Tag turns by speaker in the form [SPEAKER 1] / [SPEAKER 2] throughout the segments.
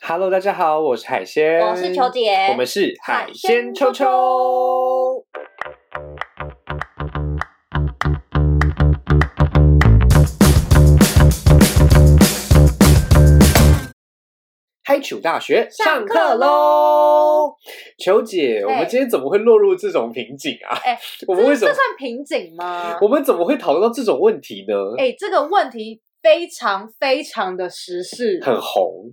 [SPEAKER 1] Hello，大家好，我是海鲜，
[SPEAKER 2] 我是球姐，
[SPEAKER 1] 我们是海鲜秋秋。开球大学上
[SPEAKER 2] 上
[SPEAKER 1] 课
[SPEAKER 2] 课
[SPEAKER 1] 喽！球姐，我
[SPEAKER 2] 哎
[SPEAKER 1] 们今天怎么会落入这种瓶颈啊？
[SPEAKER 2] 哎
[SPEAKER 1] 我们为什
[SPEAKER 2] 这
[SPEAKER 1] 么
[SPEAKER 2] 这算瓶颈吗？
[SPEAKER 1] 我们怎么会讨论到这种问题呢？
[SPEAKER 2] 哎、这个问题非常非常的时事，
[SPEAKER 1] 很红，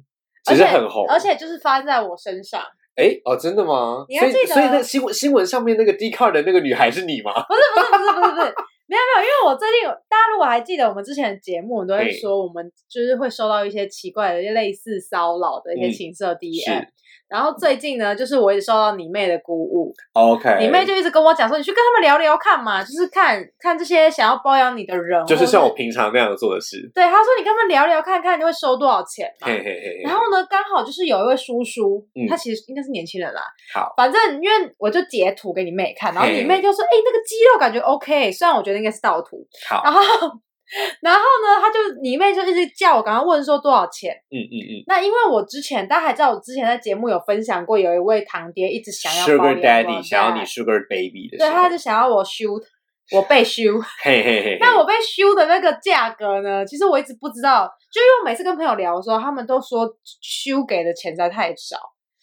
[SPEAKER 1] 只
[SPEAKER 2] 而
[SPEAKER 1] 是
[SPEAKER 2] 且
[SPEAKER 1] 很红，
[SPEAKER 2] 而且就是发生在我身上。
[SPEAKER 1] 哎哦，真的吗？
[SPEAKER 2] 你还
[SPEAKER 1] 所以
[SPEAKER 2] 记得
[SPEAKER 1] 所以那新闻新闻上面那个 d c a r 的那个女孩是你吗？
[SPEAKER 2] 不是不是不是不是不是，没有没有，因为我最近有大家如果还记得我们之前的节目，我们都会
[SPEAKER 1] 对
[SPEAKER 2] 说我们就是会收到一些奇怪的类似骚扰的一
[SPEAKER 1] 嗯
[SPEAKER 2] 些情色 DM，、
[SPEAKER 1] 是
[SPEAKER 2] 然后最近呢，就是我也收到你妹的鼓舞，
[SPEAKER 1] 哦 OK，
[SPEAKER 2] 你妹就一直跟我讲说，你去跟他们聊聊看嘛，就是看看这些想要包养你的人，
[SPEAKER 1] 就是
[SPEAKER 2] 或
[SPEAKER 1] 像我平常那样做的事。
[SPEAKER 2] 对，他说你跟他们聊聊看看，你会收多少钱嘛？
[SPEAKER 1] 嘿嘿嘿嘿，
[SPEAKER 2] 然后呢，刚好就是有一位叔叔，
[SPEAKER 1] 嗯
[SPEAKER 2] 他其实应该是年轻人啦。
[SPEAKER 1] 好，
[SPEAKER 2] 反正因为我就截图给你妹看，然后
[SPEAKER 1] 嘿
[SPEAKER 2] 你妹就说：“哎、那个肌肉感觉 OK。”虽然我觉得应该是盗图，
[SPEAKER 1] 好，
[SPEAKER 2] 然后然后呢，他就你妹就一直叫我赶快问说多少钱。
[SPEAKER 1] 嗯嗯嗯
[SPEAKER 2] 那因为我之前大家还知道，我之前在节目有分享过，有一位堂爹一直想要
[SPEAKER 1] ，Sugar
[SPEAKER 2] 包养我
[SPEAKER 1] Daddy 想要你
[SPEAKER 2] 对
[SPEAKER 1] Sugar Baby 的时
[SPEAKER 2] 对，
[SPEAKER 1] 候，
[SPEAKER 2] 他就想要我修，我 被修。
[SPEAKER 1] 嘿嘿嘿嘿，
[SPEAKER 2] 那我被修的那个价格呢？其实我一直不知道，就因为我每次跟朋友聊的时候，他们都说修给的钱实在太少。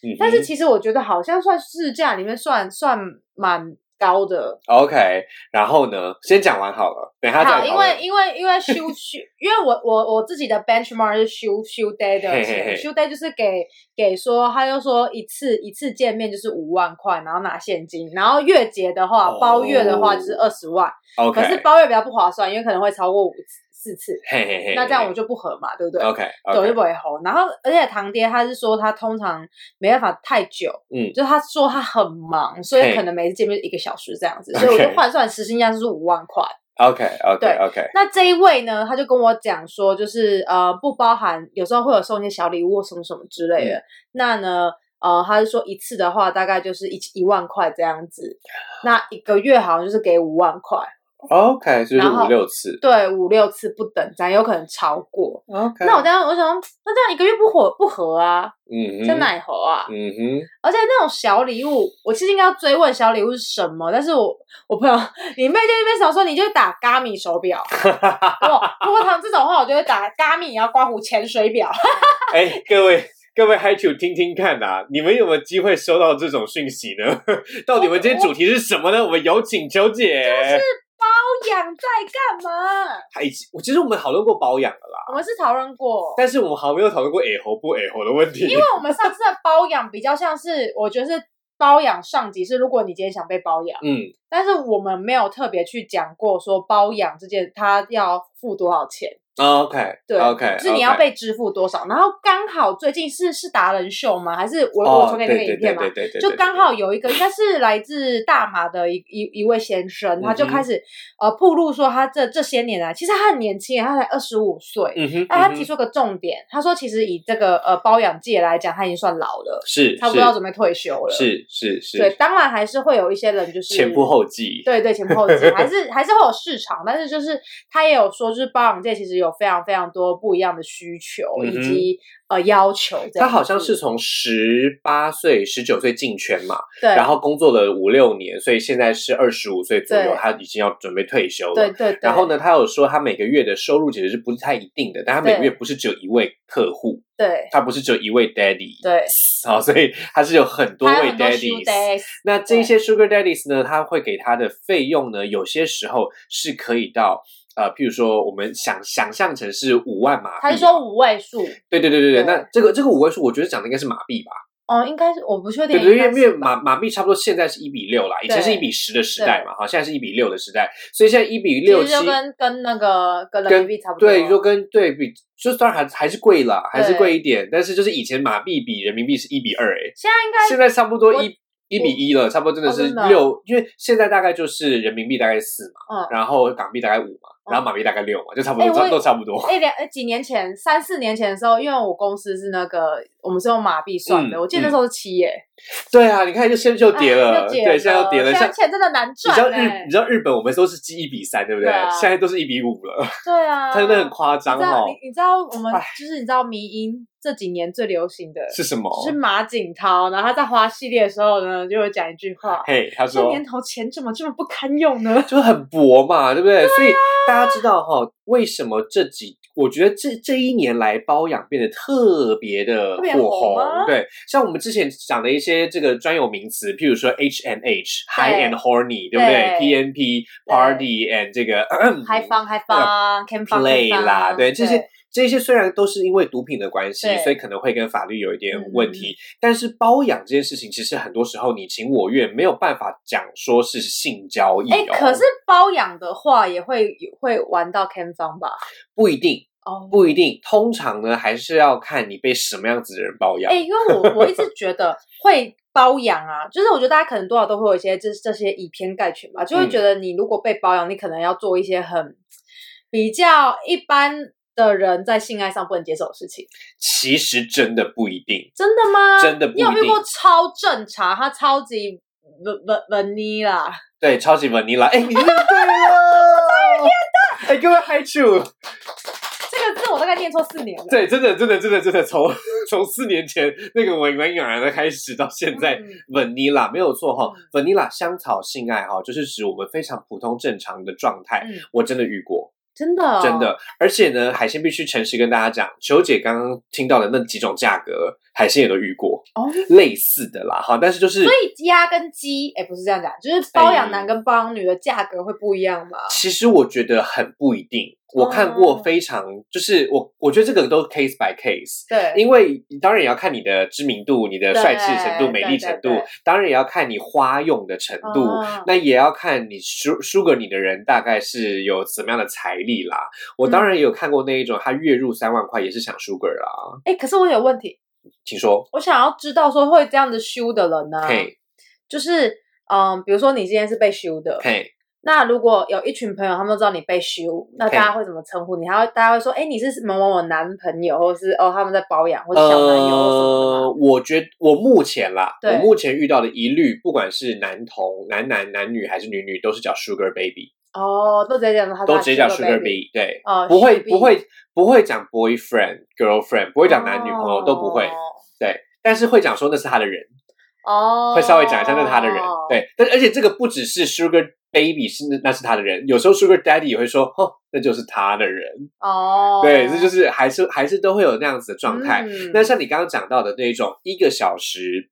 [SPEAKER 1] 嗯哼
[SPEAKER 2] 但是其实我觉得好像算市价里面算算蛮高的。
[SPEAKER 1] OK，然后呢，先讲完好了，等一下再
[SPEAKER 2] 好，
[SPEAKER 1] 讨
[SPEAKER 2] 因
[SPEAKER 1] 论
[SPEAKER 2] 为因为因 为修修，因为我我我自己的 benchmark 是修修 day 的
[SPEAKER 1] 嘿嘿嘿
[SPEAKER 2] 钱，修 day 就是给给说，他就说一次一次见面就是五万块，然后拿现金，然后月结的话，包月的话就是二十万，
[SPEAKER 1] 哦 OK，
[SPEAKER 2] 可是包月比较不划算，因为可能会超过五次四次，
[SPEAKER 1] 嘿嘿嘿，
[SPEAKER 2] 那这样我就不合嘛，对不对？
[SPEAKER 1] OK
[SPEAKER 2] 对，我就
[SPEAKER 1] OK，
[SPEAKER 2] 不会吼。然后，而且堂爹他是说他通常没办法太久，
[SPEAKER 1] 嗯
[SPEAKER 2] 就是他说他很忙，所以
[SPEAKER 1] 嘿
[SPEAKER 2] 可能每次见面一个小时这样子，所以我就
[SPEAKER 1] OK
[SPEAKER 2] 换算时薪价是五 万块。
[SPEAKER 1] OK OK
[SPEAKER 2] 对
[SPEAKER 1] OK，
[SPEAKER 2] 那这一位呢，他就跟我讲说，就是呃不包含有时候会有送一些小礼物或什么什么之类
[SPEAKER 1] 嗯
[SPEAKER 2] 的。那呢，呃，他是说一次的话大概就是一一万块这样子，那一个月好像就是给五万块，
[SPEAKER 1] OK，就是
[SPEAKER 2] 然后
[SPEAKER 1] 五六次
[SPEAKER 2] 对，五六次不等，咱有可能超过。
[SPEAKER 1] OK，
[SPEAKER 2] 那我这样，我想，那这样一个月不合不合啊？
[SPEAKER 1] 嗯哼
[SPEAKER 2] 真奶猴啊！
[SPEAKER 1] 嗯哼。
[SPEAKER 2] 而且那种小礼物，我其实应该要追问小礼物是什么，但是我我朋友你妹在那边想说，你就打嘎米手表。哇，如果他们这种话，我就会打嘎米，然后刮胡潜水表。
[SPEAKER 1] 哎、各位各位嗨主听听看啊，你们有没有机会收到这种讯息呢？ 到底我们今天主题是什么呢？我们有请球姐。
[SPEAKER 2] 包养在干嘛？
[SPEAKER 1] 还我哎其实我们讨论过保养了啦，
[SPEAKER 2] 我们是讨论过，
[SPEAKER 1] 但是我们好像没有讨论过耳喉不耳喉的问题
[SPEAKER 2] 因。为我们上次的包养比较像是，我觉得是包养上级是，如果你今天想被包养，
[SPEAKER 1] 嗯，
[SPEAKER 2] 但是我们没有特别去讲过说包养这件他要付多少钱。
[SPEAKER 1] o k
[SPEAKER 2] 对
[SPEAKER 1] o k
[SPEAKER 2] 就是你要被支付多少。然后刚好最近是是达人秀吗？还是我、
[SPEAKER 1] 哦，
[SPEAKER 2] 我传给
[SPEAKER 1] 对
[SPEAKER 2] 你
[SPEAKER 1] 对
[SPEAKER 2] 那个影
[SPEAKER 1] 对
[SPEAKER 2] 片嘛？
[SPEAKER 1] 对对对，
[SPEAKER 2] 就刚好有一个，应该是来自大马的一一一位先生，他就
[SPEAKER 1] 嗯哼
[SPEAKER 2] 开始、呃铺路说他这这些年来，其实他很年轻，他才二十五岁。
[SPEAKER 1] 嗯哼，
[SPEAKER 2] 但哎他
[SPEAKER 1] 嗯
[SPEAKER 2] 提
[SPEAKER 1] 哼
[SPEAKER 2] 出个重点，他说其实以这个呃包养界来讲，他已经算老了，
[SPEAKER 1] 是
[SPEAKER 2] 差不多要准备退休了。，
[SPEAKER 1] 是是是
[SPEAKER 2] 对，
[SPEAKER 1] 是
[SPEAKER 2] 当然还是会有一些人就是
[SPEAKER 1] 前仆后继。
[SPEAKER 2] 对对，前仆后继还是还是会有市场，但是就是他也有说，就是包养界其实有非常非常多不一样的需求、
[SPEAKER 1] 嗯哼
[SPEAKER 2] 以及呃要求这样子。
[SPEAKER 1] 他好像是从十八岁、十九岁进圈嘛，
[SPEAKER 2] 对，
[SPEAKER 1] 然后工作了五六年，所以现在是二十五岁左右，
[SPEAKER 2] 对
[SPEAKER 1] 他已经要准备退休了。
[SPEAKER 2] 对对对，
[SPEAKER 1] 然后呢，他有说他每个月的收入其实是不太一定的，但他每个
[SPEAKER 2] 对
[SPEAKER 1] 月不是只有一位客户，
[SPEAKER 2] 对
[SPEAKER 1] 他不是只有一位 daddy，
[SPEAKER 2] 对，
[SPEAKER 1] 好，所以他是有很多
[SPEAKER 2] 还有
[SPEAKER 1] 位
[SPEAKER 2] 很多
[SPEAKER 1] daddies。
[SPEAKER 2] shoe days，
[SPEAKER 1] 那这些 sugar daddies 呢，他会给他的费用呢，有些时候是可以到呃，譬如说我们想想象成是五万马币，
[SPEAKER 2] 他是说五位数
[SPEAKER 1] 对对对对对，
[SPEAKER 2] 对
[SPEAKER 1] 那这个这个五位数，我觉得讲的应该是马币吧，
[SPEAKER 2] 哦，应该是我不确定，
[SPEAKER 1] 对对，因为
[SPEAKER 2] 应
[SPEAKER 1] 因
[SPEAKER 2] 该是
[SPEAKER 1] 为马马币差不多现在是一比六啦，以前是一比十的时代嘛，好，现在是一比六的时代，所以现在一比
[SPEAKER 2] 其
[SPEAKER 1] 六
[SPEAKER 2] 实
[SPEAKER 1] 七
[SPEAKER 2] 就跟跟那个跟人
[SPEAKER 1] 跟
[SPEAKER 2] 民币差不多，
[SPEAKER 1] 对，就跟对比，就当然还还是贵啦，还是
[SPEAKER 2] 对
[SPEAKER 1] 贵一点，但是就是以前马币比人民币是一比二，哎，
[SPEAKER 2] 现在应该
[SPEAKER 1] 现在差不多
[SPEAKER 2] 我
[SPEAKER 1] 一一比一了，差不多真的
[SPEAKER 2] 哦
[SPEAKER 1] 是
[SPEAKER 2] 真的啊
[SPEAKER 1] 六、因为现在大概就是人民币大概四嘛，
[SPEAKER 2] 嗯
[SPEAKER 1] 然后港币大概五嘛，然后妈咪大概六嘛，就差不
[SPEAKER 2] 哎
[SPEAKER 1] 多，
[SPEAKER 2] 我
[SPEAKER 1] 差
[SPEAKER 2] 也
[SPEAKER 1] 都差不多。
[SPEAKER 2] 哎，两哎几年前，三四年前的时候，因为我公司是那个，我们是用马币算的，
[SPEAKER 1] 嗯
[SPEAKER 2] 我记得那时候是七耶，
[SPEAKER 1] 对啊，你看就现在就跌
[SPEAKER 2] 哎
[SPEAKER 1] 了，
[SPEAKER 2] 又
[SPEAKER 1] 对，
[SPEAKER 2] 跌
[SPEAKER 1] 现在又跌了，
[SPEAKER 2] 现在
[SPEAKER 1] 像。
[SPEAKER 2] 钱真的难
[SPEAKER 1] 你知道
[SPEAKER 2] 赚
[SPEAKER 1] 日
[SPEAKER 2] 哎
[SPEAKER 1] 你，知道日本我们都是记一比三，对不对？
[SPEAKER 2] 对啊
[SPEAKER 1] 现在都是一比五了，
[SPEAKER 2] 对啊，
[SPEAKER 1] 它真的很夸张
[SPEAKER 2] 你知道
[SPEAKER 1] 哦。
[SPEAKER 2] 你你知道我们
[SPEAKER 1] 哎
[SPEAKER 2] 就是你知道迷音这几年最流行的
[SPEAKER 1] 是哦什么？
[SPEAKER 2] 就是马景涛，然后他在花系列的时候呢，就会讲一句话：
[SPEAKER 1] 嘿，哎他
[SPEAKER 2] 这
[SPEAKER 1] 说
[SPEAKER 2] 年头钱怎么这么不堪用 呢？
[SPEAKER 1] 就很薄嘛，对不对？所以大家知道哈、为什么这几？我觉得这这一年来包养变得特别的
[SPEAKER 2] 特别
[SPEAKER 1] 火
[SPEAKER 2] 红啊
[SPEAKER 1] 对，像我们之前讲的一些这个专有名词，譬如说 H and H High and Horny，对不对
[SPEAKER 2] 对
[SPEAKER 1] ？PNP Party and 这个
[SPEAKER 2] 嗨方嗨方，can 方
[SPEAKER 1] 哎 Play 啦，对这些
[SPEAKER 2] 对。
[SPEAKER 1] 这些虽然都是因为毒品的关系，
[SPEAKER 2] 对嗯
[SPEAKER 1] 所以可能会跟法律有一点问题，但是包养这件事情，其实很多时候你情我愿，没有办法讲说是性交易、哦。
[SPEAKER 2] 哎，可是包养的话也会会玩到 can 方吧？
[SPEAKER 1] 不一定，
[SPEAKER 2] 哦，
[SPEAKER 1] 不一定。通常呢，还是要看你被什么样子的人包养。
[SPEAKER 2] 哎、因为我我一直觉得会包养啊，就是我觉得大家可能多少都会有一些这这些以偏概全吧，就
[SPEAKER 1] 嗯
[SPEAKER 2] 会觉得你如果被包养，你可能要做一些很比较一般的人在性爱上不能接受的事情，
[SPEAKER 1] 其实真的不一定，
[SPEAKER 2] 真的吗？
[SPEAKER 1] 真的不一
[SPEAKER 2] 你有
[SPEAKER 1] 定。
[SPEAKER 2] 遇过超正常，他超级文文文妮啦，
[SPEAKER 1] 对，超级 vanilla，哎、你念对了。哎，各位嗨 u
[SPEAKER 2] 这个字我大概念错四年了。
[SPEAKER 1] 对，真的，真的，真的，真的，从 从四年前那个文文然的开始到现在，
[SPEAKER 2] 嗯
[SPEAKER 1] vanilla 没有错哈、
[SPEAKER 2] 嗯
[SPEAKER 1] v a n i l l a 香草性爱哈、就是指我们非常普通正常的状态。
[SPEAKER 2] 嗯，
[SPEAKER 1] 我真的遇过，
[SPEAKER 2] 真的、哦、
[SPEAKER 1] 真的，而且呢，海鲜必须诚实跟大家讲，球姐刚刚听到的那几种价格，海鲜也都遇过
[SPEAKER 2] 哦。
[SPEAKER 1] 类似的啦，哈，但是就是
[SPEAKER 2] 所以鸭跟鸡，哎、不是这样讲，就是包养
[SPEAKER 1] 哎
[SPEAKER 2] 男跟包养女的价格会不一样嘛？
[SPEAKER 1] 其实我觉得很不一定，我看过
[SPEAKER 2] 哦
[SPEAKER 1] 非常，就是我我觉得这个都 case by case。
[SPEAKER 2] 对，
[SPEAKER 1] 因为当然也要看你的知名度、你的
[SPEAKER 2] 对
[SPEAKER 1] 帅气程度、
[SPEAKER 2] 对
[SPEAKER 1] 美丽程度
[SPEAKER 2] 对对，
[SPEAKER 1] 当然也要看你花用的程度，
[SPEAKER 2] 啊
[SPEAKER 1] 那也要看你 su- sugar 你的人大概是有怎么样的财力啦。我当
[SPEAKER 2] 嗯
[SPEAKER 1] 然也有看过那一种，他月入三万块也是想 sugar 啦，
[SPEAKER 2] 哎、可是我有问题，
[SPEAKER 1] 啊请说。
[SPEAKER 2] 我想要知道说会这样子修的人呢、
[SPEAKER 1] 嘿，
[SPEAKER 2] 就是嗯，比如说你今天是被修的，
[SPEAKER 1] 嘿，
[SPEAKER 2] 那如果有一群朋友他们都知道你被修，那
[SPEAKER 1] 嘿
[SPEAKER 2] 大家会怎么称呼你？还会大家会说，哎、你是某某某男朋友，或者是哦他们在保养，或者小男友或什么的吗？
[SPEAKER 1] 呃，我觉得我目前啦，
[SPEAKER 2] 对
[SPEAKER 1] 我目前遇到的一律，不管是男童、男男、男女还是女女，都是叫 sugar baby，
[SPEAKER 2] 哦，都直接讲他
[SPEAKER 1] 都直接叫 sugar
[SPEAKER 2] baby，
[SPEAKER 1] baby，对，
[SPEAKER 2] 哦，
[SPEAKER 1] 不会
[SPEAKER 2] sugar
[SPEAKER 1] 不
[SPEAKER 2] baby
[SPEAKER 1] 会不会讲 boyfriend、girlfriend，不会讲男女朋友都不会，对，但是会讲说那是他的人，
[SPEAKER 2] 哦，
[SPEAKER 1] 会稍微讲一下那是他的人，对，但而且这个不只是 sugar baby 是那那是他的人，有时候 sugar daddy 也会说，哦，那就是他的人，
[SPEAKER 2] 哦，
[SPEAKER 1] 对，这就是还是还是都会有那样子的状态。
[SPEAKER 2] 嗯
[SPEAKER 1] 那像你刚刚讲到的那一种，一个小时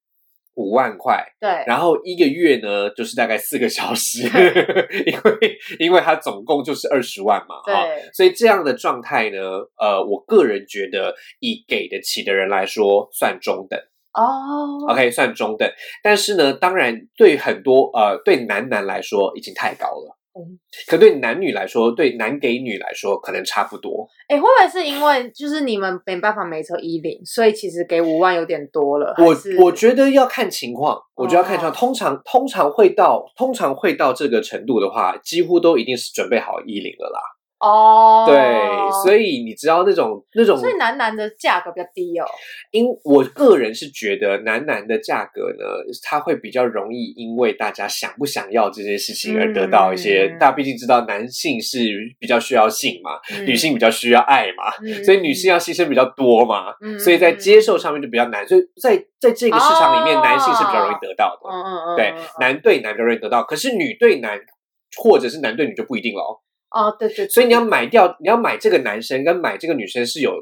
[SPEAKER 1] 五万块，
[SPEAKER 2] 对，
[SPEAKER 1] 然后一个月呢就是大概四个小时， 因为因为它总共就是二十万嘛，哈、
[SPEAKER 2] 对，
[SPEAKER 1] 所以这样的状态呢，呃，我个人觉得以给得起的人来说算中等
[SPEAKER 2] 哦
[SPEAKER 1] ，OK，算中等。但是呢，当然对很多呃对男男来说已经太高了，
[SPEAKER 2] 嗯
[SPEAKER 1] 可对男女来说，对男给女来说可能差不多。
[SPEAKER 2] 哎、会不会是因为就是你们没办法每车一零，所以其实给五万有点多了？还
[SPEAKER 1] 我
[SPEAKER 2] 是
[SPEAKER 1] 我觉得要看情况，我觉得要看情况。
[SPEAKER 2] 哦
[SPEAKER 1] 通常通常会到通常会到这个程度的话，几乎都一定是准备好衣领了啦。
[SPEAKER 2] 哦，
[SPEAKER 1] 对，所以你知道那种那种
[SPEAKER 2] 所以男男的价格比较低哦。
[SPEAKER 1] 因我个人是觉得男男的价格呢，它会比较容易因为大家想不想要这件事情而得到一些。
[SPEAKER 2] 嗯
[SPEAKER 1] 大家毕竟知道男性是比较需要性嘛，女性比较需要爱嘛，
[SPEAKER 2] 嗯，
[SPEAKER 1] 所以女性要牺牲比较多嘛，
[SPEAKER 2] 嗯
[SPEAKER 1] 所以在接受上面就比较难。所以在在这个市场里面，
[SPEAKER 2] 哦
[SPEAKER 1] 男性是比较容易得到
[SPEAKER 2] 嗯
[SPEAKER 1] 的，
[SPEAKER 2] 嗯嗯，
[SPEAKER 1] 对
[SPEAKER 2] 嗯，
[SPEAKER 1] 男对男比较容易得到，可是女对男。或者是男对女就不一定了哦，
[SPEAKER 2] 哦，对对，对
[SPEAKER 1] 所以你要买掉，你要买这个男生跟买这个女生是有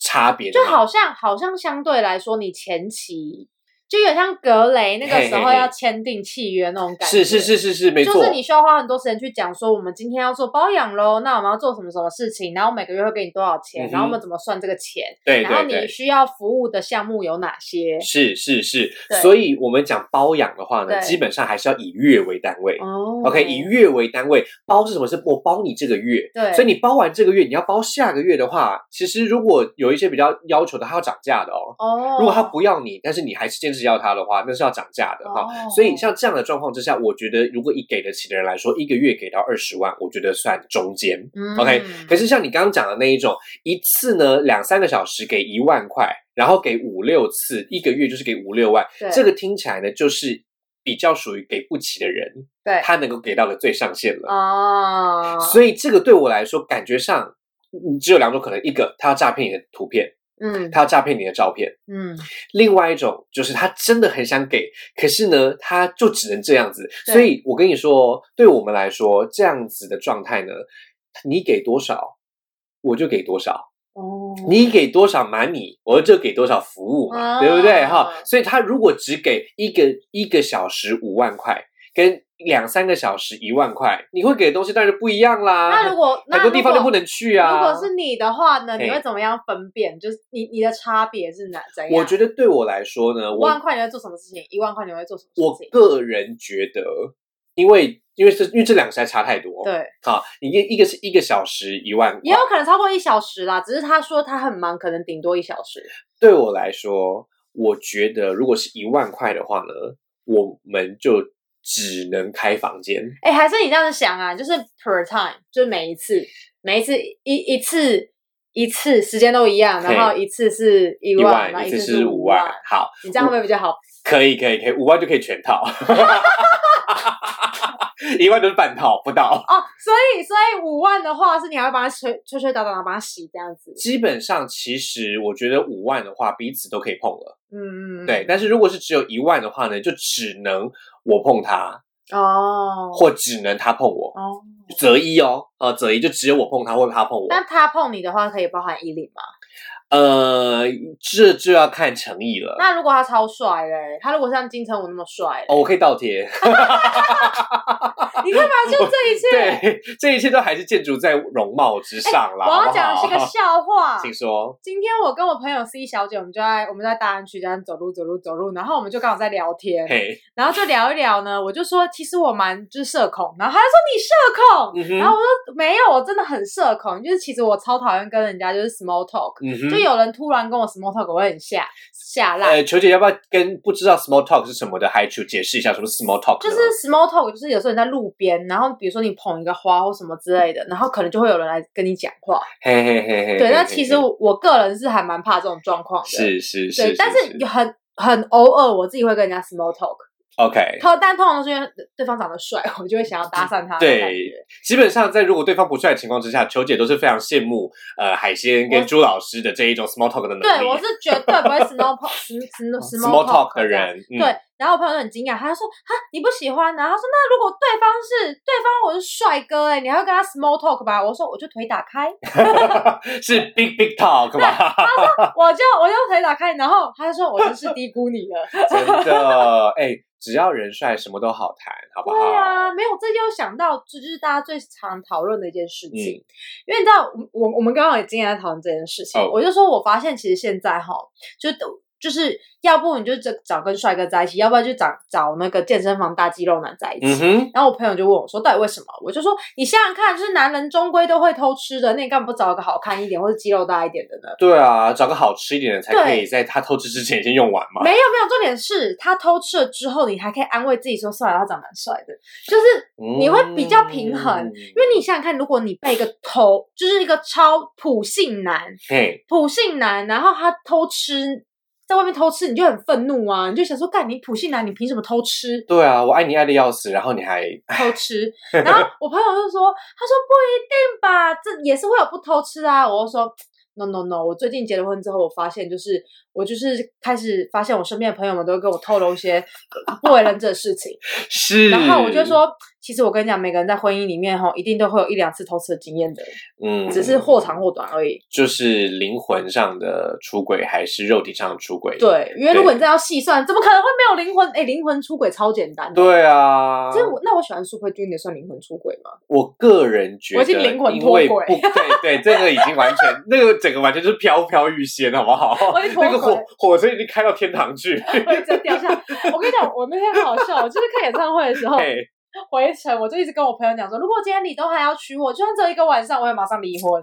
[SPEAKER 1] 差别的
[SPEAKER 2] 就
[SPEAKER 1] 嘛，
[SPEAKER 2] 好像好像相对来说，你前期就有点像格雷那个时候
[SPEAKER 1] 嘿嘿嘿
[SPEAKER 2] 要签订契约那种感觉，
[SPEAKER 1] 是是。是是是，没错，
[SPEAKER 2] 就是你需要花很多时间去讲说，我们今天要做包养喽，那我们要做什么什么事情，然后每个月会给你多少
[SPEAKER 1] 嗯
[SPEAKER 2] 钱，
[SPEAKER 1] 哼
[SPEAKER 2] 然后我们怎么算这个钱，
[SPEAKER 1] 对
[SPEAKER 2] 然后
[SPEAKER 1] 对
[SPEAKER 2] 你
[SPEAKER 1] 对，
[SPEAKER 2] 需要服务的项目有哪些？
[SPEAKER 1] 是是是
[SPEAKER 2] 对，
[SPEAKER 1] 所以我们讲包养的话呢，
[SPEAKER 2] 对
[SPEAKER 1] 基本上还是要以月为单位。
[SPEAKER 2] 哦
[SPEAKER 1] OK，以月为单位，包是什么？是我包你这个月。
[SPEAKER 2] 对
[SPEAKER 1] 所以你包完这个月，你要包下个月的话，其实如果有一些比较要求的，它要涨价的哦。
[SPEAKER 2] 哦，
[SPEAKER 1] 如果他不要你，但是你还是坚持要它的话，那是要涨价的哈。
[SPEAKER 2] 哦
[SPEAKER 1] 所以像这样的状况之下，我觉得如果以给得起的人来说，一个月给到二十万，我觉得算中间。
[SPEAKER 2] 嗯
[SPEAKER 1] OK，可是像你刚刚讲的那一种，一次呢两三个小时给一万块，然后给五六次，一个月就是给五六万，
[SPEAKER 2] 对
[SPEAKER 1] 这个听起来呢就是比较属于给不起的人，
[SPEAKER 2] 对哦
[SPEAKER 1] 他能够给到的最上限了。
[SPEAKER 2] 啊，
[SPEAKER 1] 所以这个对我来说，感觉上嗯只有两种可能：一个他要诈骗你的图片，
[SPEAKER 2] 嗯
[SPEAKER 1] 他要诈骗你的照片；
[SPEAKER 2] 嗯，
[SPEAKER 1] 另外一种就是他真的很想给，可是呢，他就只能这样子。
[SPEAKER 2] 对
[SPEAKER 1] 所以我跟你说，对我们来说，这样子的状态呢，你给多少，我就给多少。
[SPEAKER 2] 哦，
[SPEAKER 1] 你给多少满你，我就给多少服务嘛，
[SPEAKER 2] 啊
[SPEAKER 1] 对不对哈？所以他如果只给一个一个小时五万块，跟两三个小时一万块，你会给的东西当然就不一样啦。
[SPEAKER 2] 那如果那
[SPEAKER 1] 啊很多
[SPEAKER 2] 如果
[SPEAKER 1] 地方就不能去啊。
[SPEAKER 2] 如果是你的话呢，你
[SPEAKER 1] 嘿
[SPEAKER 2] 会怎么样分辨？就是你你的差别是哪怎样？
[SPEAKER 1] 我觉得对我来说呢，
[SPEAKER 2] 五万
[SPEAKER 1] 我
[SPEAKER 2] 块你会做什么事情？一万块你会做什么
[SPEAKER 1] 我
[SPEAKER 2] 事情？
[SPEAKER 1] 个人觉得，因为因为这因为这两个实在差太多。，
[SPEAKER 2] 对，
[SPEAKER 1] 好，你一一个是一个小时一万块，
[SPEAKER 2] 也有可能超过一小时啦，只是他说他很忙，可能顶多一小时。
[SPEAKER 1] 对我来说，我觉得如果是一万块的话呢，我们就只能开房间。
[SPEAKER 2] 哎，还是你这样想啊，就是 per time，就是每一次，每一次一一次一次时间都一样，
[SPEAKER 1] 嘿
[SPEAKER 2] 然后一次是一
[SPEAKER 1] 一
[SPEAKER 2] 万，然
[SPEAKER 1] 万，
[SPEAKER 2] 后
[SPEAKER 1] 一
[SPEAKER 2] 次
[SPEAKER 1] 次是五
[SPEAKER 2] 五
[SPEAKER 1] 万，好，
[SPEAKER 2] 你这样会不会比较好？哦
[SPEAKER 1] 可以，可以，可以，五万就可以全 套，一万就是半套，不到。
[SPEAKER 2] 哦，所以所以五万的话是你还会帮他吹吹吹打打，然后帮他洗这样子。
[SPEAKER 1] 基本上，其实我觉得五万的话，彼此都可以碰了，
[SPEAKER 2] 嗯嗯，嗯
[SPEAKER 1] 对。但是如果是只有一万的话呢，就只能我碰他，
[SPEAKER 2] 哦
[SPEAKER 1] 或只能他碰我，
[SPEAKER 2] 哦，
[SPEAKER 1] 择一哦，呃，择一就只有我碰他或他碰我。
[SPEAKER 2] 那他碰你的话可以包含一零吗？
[SPEAKER 1] 呃，这就要看诚意了。
[SPEAKER 2] 那如果他超帅嘞，他如果像金城武那么帅嘞，
[SPEAKER 1] 哦，我可以倒贴，
[SPEAKER 2] 你干嘛就这一切？
[SPEAKER 1] 哦 对，这一切都还是建筑在容貌之上啦。
[SPEAKER 2] 哎我
[SPEAKER 1] 好
[SPEAKER 2] 要
[SPEAKER 1] 不
[SPEAKER 2] 讲的是个
[SPEAKER 1] 好
[SPEAKER 2] 笑话。
[SPEAKER 1] 请说。
[SPEAKER 2] 今天我跟我朋友 C 小姐，我们就在我们在大安区这样走路走路走路，然后我们就刚好在聊天，
[SPEAKER 1] 嘿，
[SPEAKER 2] 然后就聊一聊呢，我就说其实我蛮就是社恐，然后他就说你社
[SPEAKER 1] 嗯哼
[SPEAKER 2] 恐，然后我说没有，我真的很社恐，就是其实我超讨厌跟人家就是 small talk，、
[SPEAKER 1] 嗯哼
[SPEAKER 2] 就有人突然跟我 small talk，我会很下下烂。
[SPEAKER 1] 呃，球姐要不要跟不知道 small talk 是什么的海主解释一下什么是 small talk？
[SPEAKER 2] 就
[SPEAKER 1] 呢
[SPEAKER 2] 是 small talk，就是有时候你在路边，然后比如说你捧一个花或什么之类的，然后可能就会有人来跟你讲话。
[SPEAKER 1] 嘿嘿嘿嘿。
[SPEAKER 2] 对，
[SPEAKER 1] 嘿
[SPEAKER 2] 那
[SPEAKER 1] 嘿
[SPEAKER 2] 其实
[SPEAKER 1] 嘿
[SPEAKER 2] 我我个人是还蛮怕这种状况的。，
[SPEAKER 1] 是是是
[SPEAKER 2] 对，，但是有很很偶尔我自己会跟人家 small talk，
[SPEAKER 1] OK。
[SPEAKER 2] 通但通常都是因为对方长得帅，我就会想要搭讪他的
[SPEAKER 1] 对
[SPEAKER 2] 感觉。
[SPEAKER 1] 基本上在如果对方不帅的情况之下，球姐都是非常羡慕呃海鲜跟
[SPEAKER 2] 我
[SPEAKER 1] 朱老师的这一种 small talk 的能力。
[SPEAKER 2] 对，我是绝对不会 small talk small
[SPEAKER 1] 哦 small talk 的
[SPEAKER 2] 这样。
[SPEAKER 1] 人，嗯
[SPEAKER 2] 对，，然后我朋友就很惊讶，他就说：“哈，你不喜欢？”啊然后他说：“那如果对方是对方我是帅哥哎、欸，你还会跟他 small talk 吧？”我说：“我就腿打 开。”
[SPEAKER 1] 是 big big talk 嘛，
[SPEAKER 2] 我就我就腿打开，然后他就说我真是低估你了。
[SPEAKER 1] 真的，哎、只要人帅，什么都好谈，好不好？
[SPEAKER 2] 对啊，没有，这就想到这就是大家最常讨论的一件事
[SPEAKER 1] 嗯，
[SPEAKER 2] 情，因为你知道，我我我们刚刚也今天在讨论这件事情，
[SPEAKER 1] 哦
[SPEAKER 2] 我就说我发现其实现在哈，就就是要不你就找找跟帅哥在一起，要不然就找找那个健身房大肌肉男在一起。
[SPEAKER 1] 嗯哼，
[SPEAKER 2] 然后我朋友就问我说：“到底为什么？”我就说：“你想想看，就是男人终归都会偷吃的，那你干嘛不找一个好看一点或者肌肉大一点的呢？”
[SPEAKER 1] 对啊，找个好吃一点的才
[SPEAKER 2] 对
[SPEAKER 1] 可以在他偷吃之前先用完嘛。
[SPEAKER 2] 没有没有，重点是他偷吃了之后，你还可以安慰自己说，算了，他长蛮帅的。就是你会比较平衡
[SPEAKER 1] 嗯
[SPEAKER 2] 因为你想想看，如果你被一个偷，就是一个超普信男，
[SPEAKER 1] 嘿，
[SPEAKER 2] 普信男，然后他偷吃，在外面偷吃，你就很愤怒啊，你就想说，干你普信男，你凭什么偷吃？
[SPEAKER 1] 对啊，我爱你爱的要死，然后你还
[SPEAKER 2] 偷吃，然后我朋友就说：“他说不一定吧，这也是会有不偷吃啊。”我就说：“No No No，我最近结了婚之后，我发现就是我就是开始发现我身边的朋友们都会跟我透露一些啊不为人知的事情。”
[SPEAKER 1] 是，
[SPEAKER 2] 然后我就，说，其实我跟你讲，每个人在婚姻里面哈，一定都会有一两次偷吃的经验的，
[SPEAKER 1] 嗯
[SPEAKER 2] 只是或长或短而已。
[SPEAKER 1] 就是灵魂上的出轨还是肉体上的出轨？，
[SPEAKER 2] 对，因为如果
[SPEAKER 1] 对
[SPEAKER 2] 你真的要细算，怎么可能会没有灵魂？哎，灵魂出轨超简单的。
[SPEAKER 1] 对啊，
[SPEAKER 2] 这我那我喜欢 Super Junior 算灵魂出轨吗？
[SPEAKER 1] 我个人觉得，
[SPEAKER 2] 我已经灵魂
[SPEAKER 1] 因
[SPEAKER 2] 脱
[SPEAKER 1] 为
[SPEAKER 2] 轨
[SPEAKER 1] 不对对，这个已经完全，那个整个完全就是飘飘欲仙，好不好？
[SPEAKER 2] 我已经脱
[SPEAKER 1] 那个火
[SPEAKER 2] 轨
[SPEAKER 1] 火车已经开到天堂 去，
[SPEAKER 2] 我一直在掉下来。我跟你讲，我那天很好笑，我就是看演唱会的时候
[SPEAKER 1] 嘿
[SPEAKER 2] 回程，我就一直跟我朋友讲说，如果今天李东还要娶我，就算只有一个晚上，我也马上离 婚。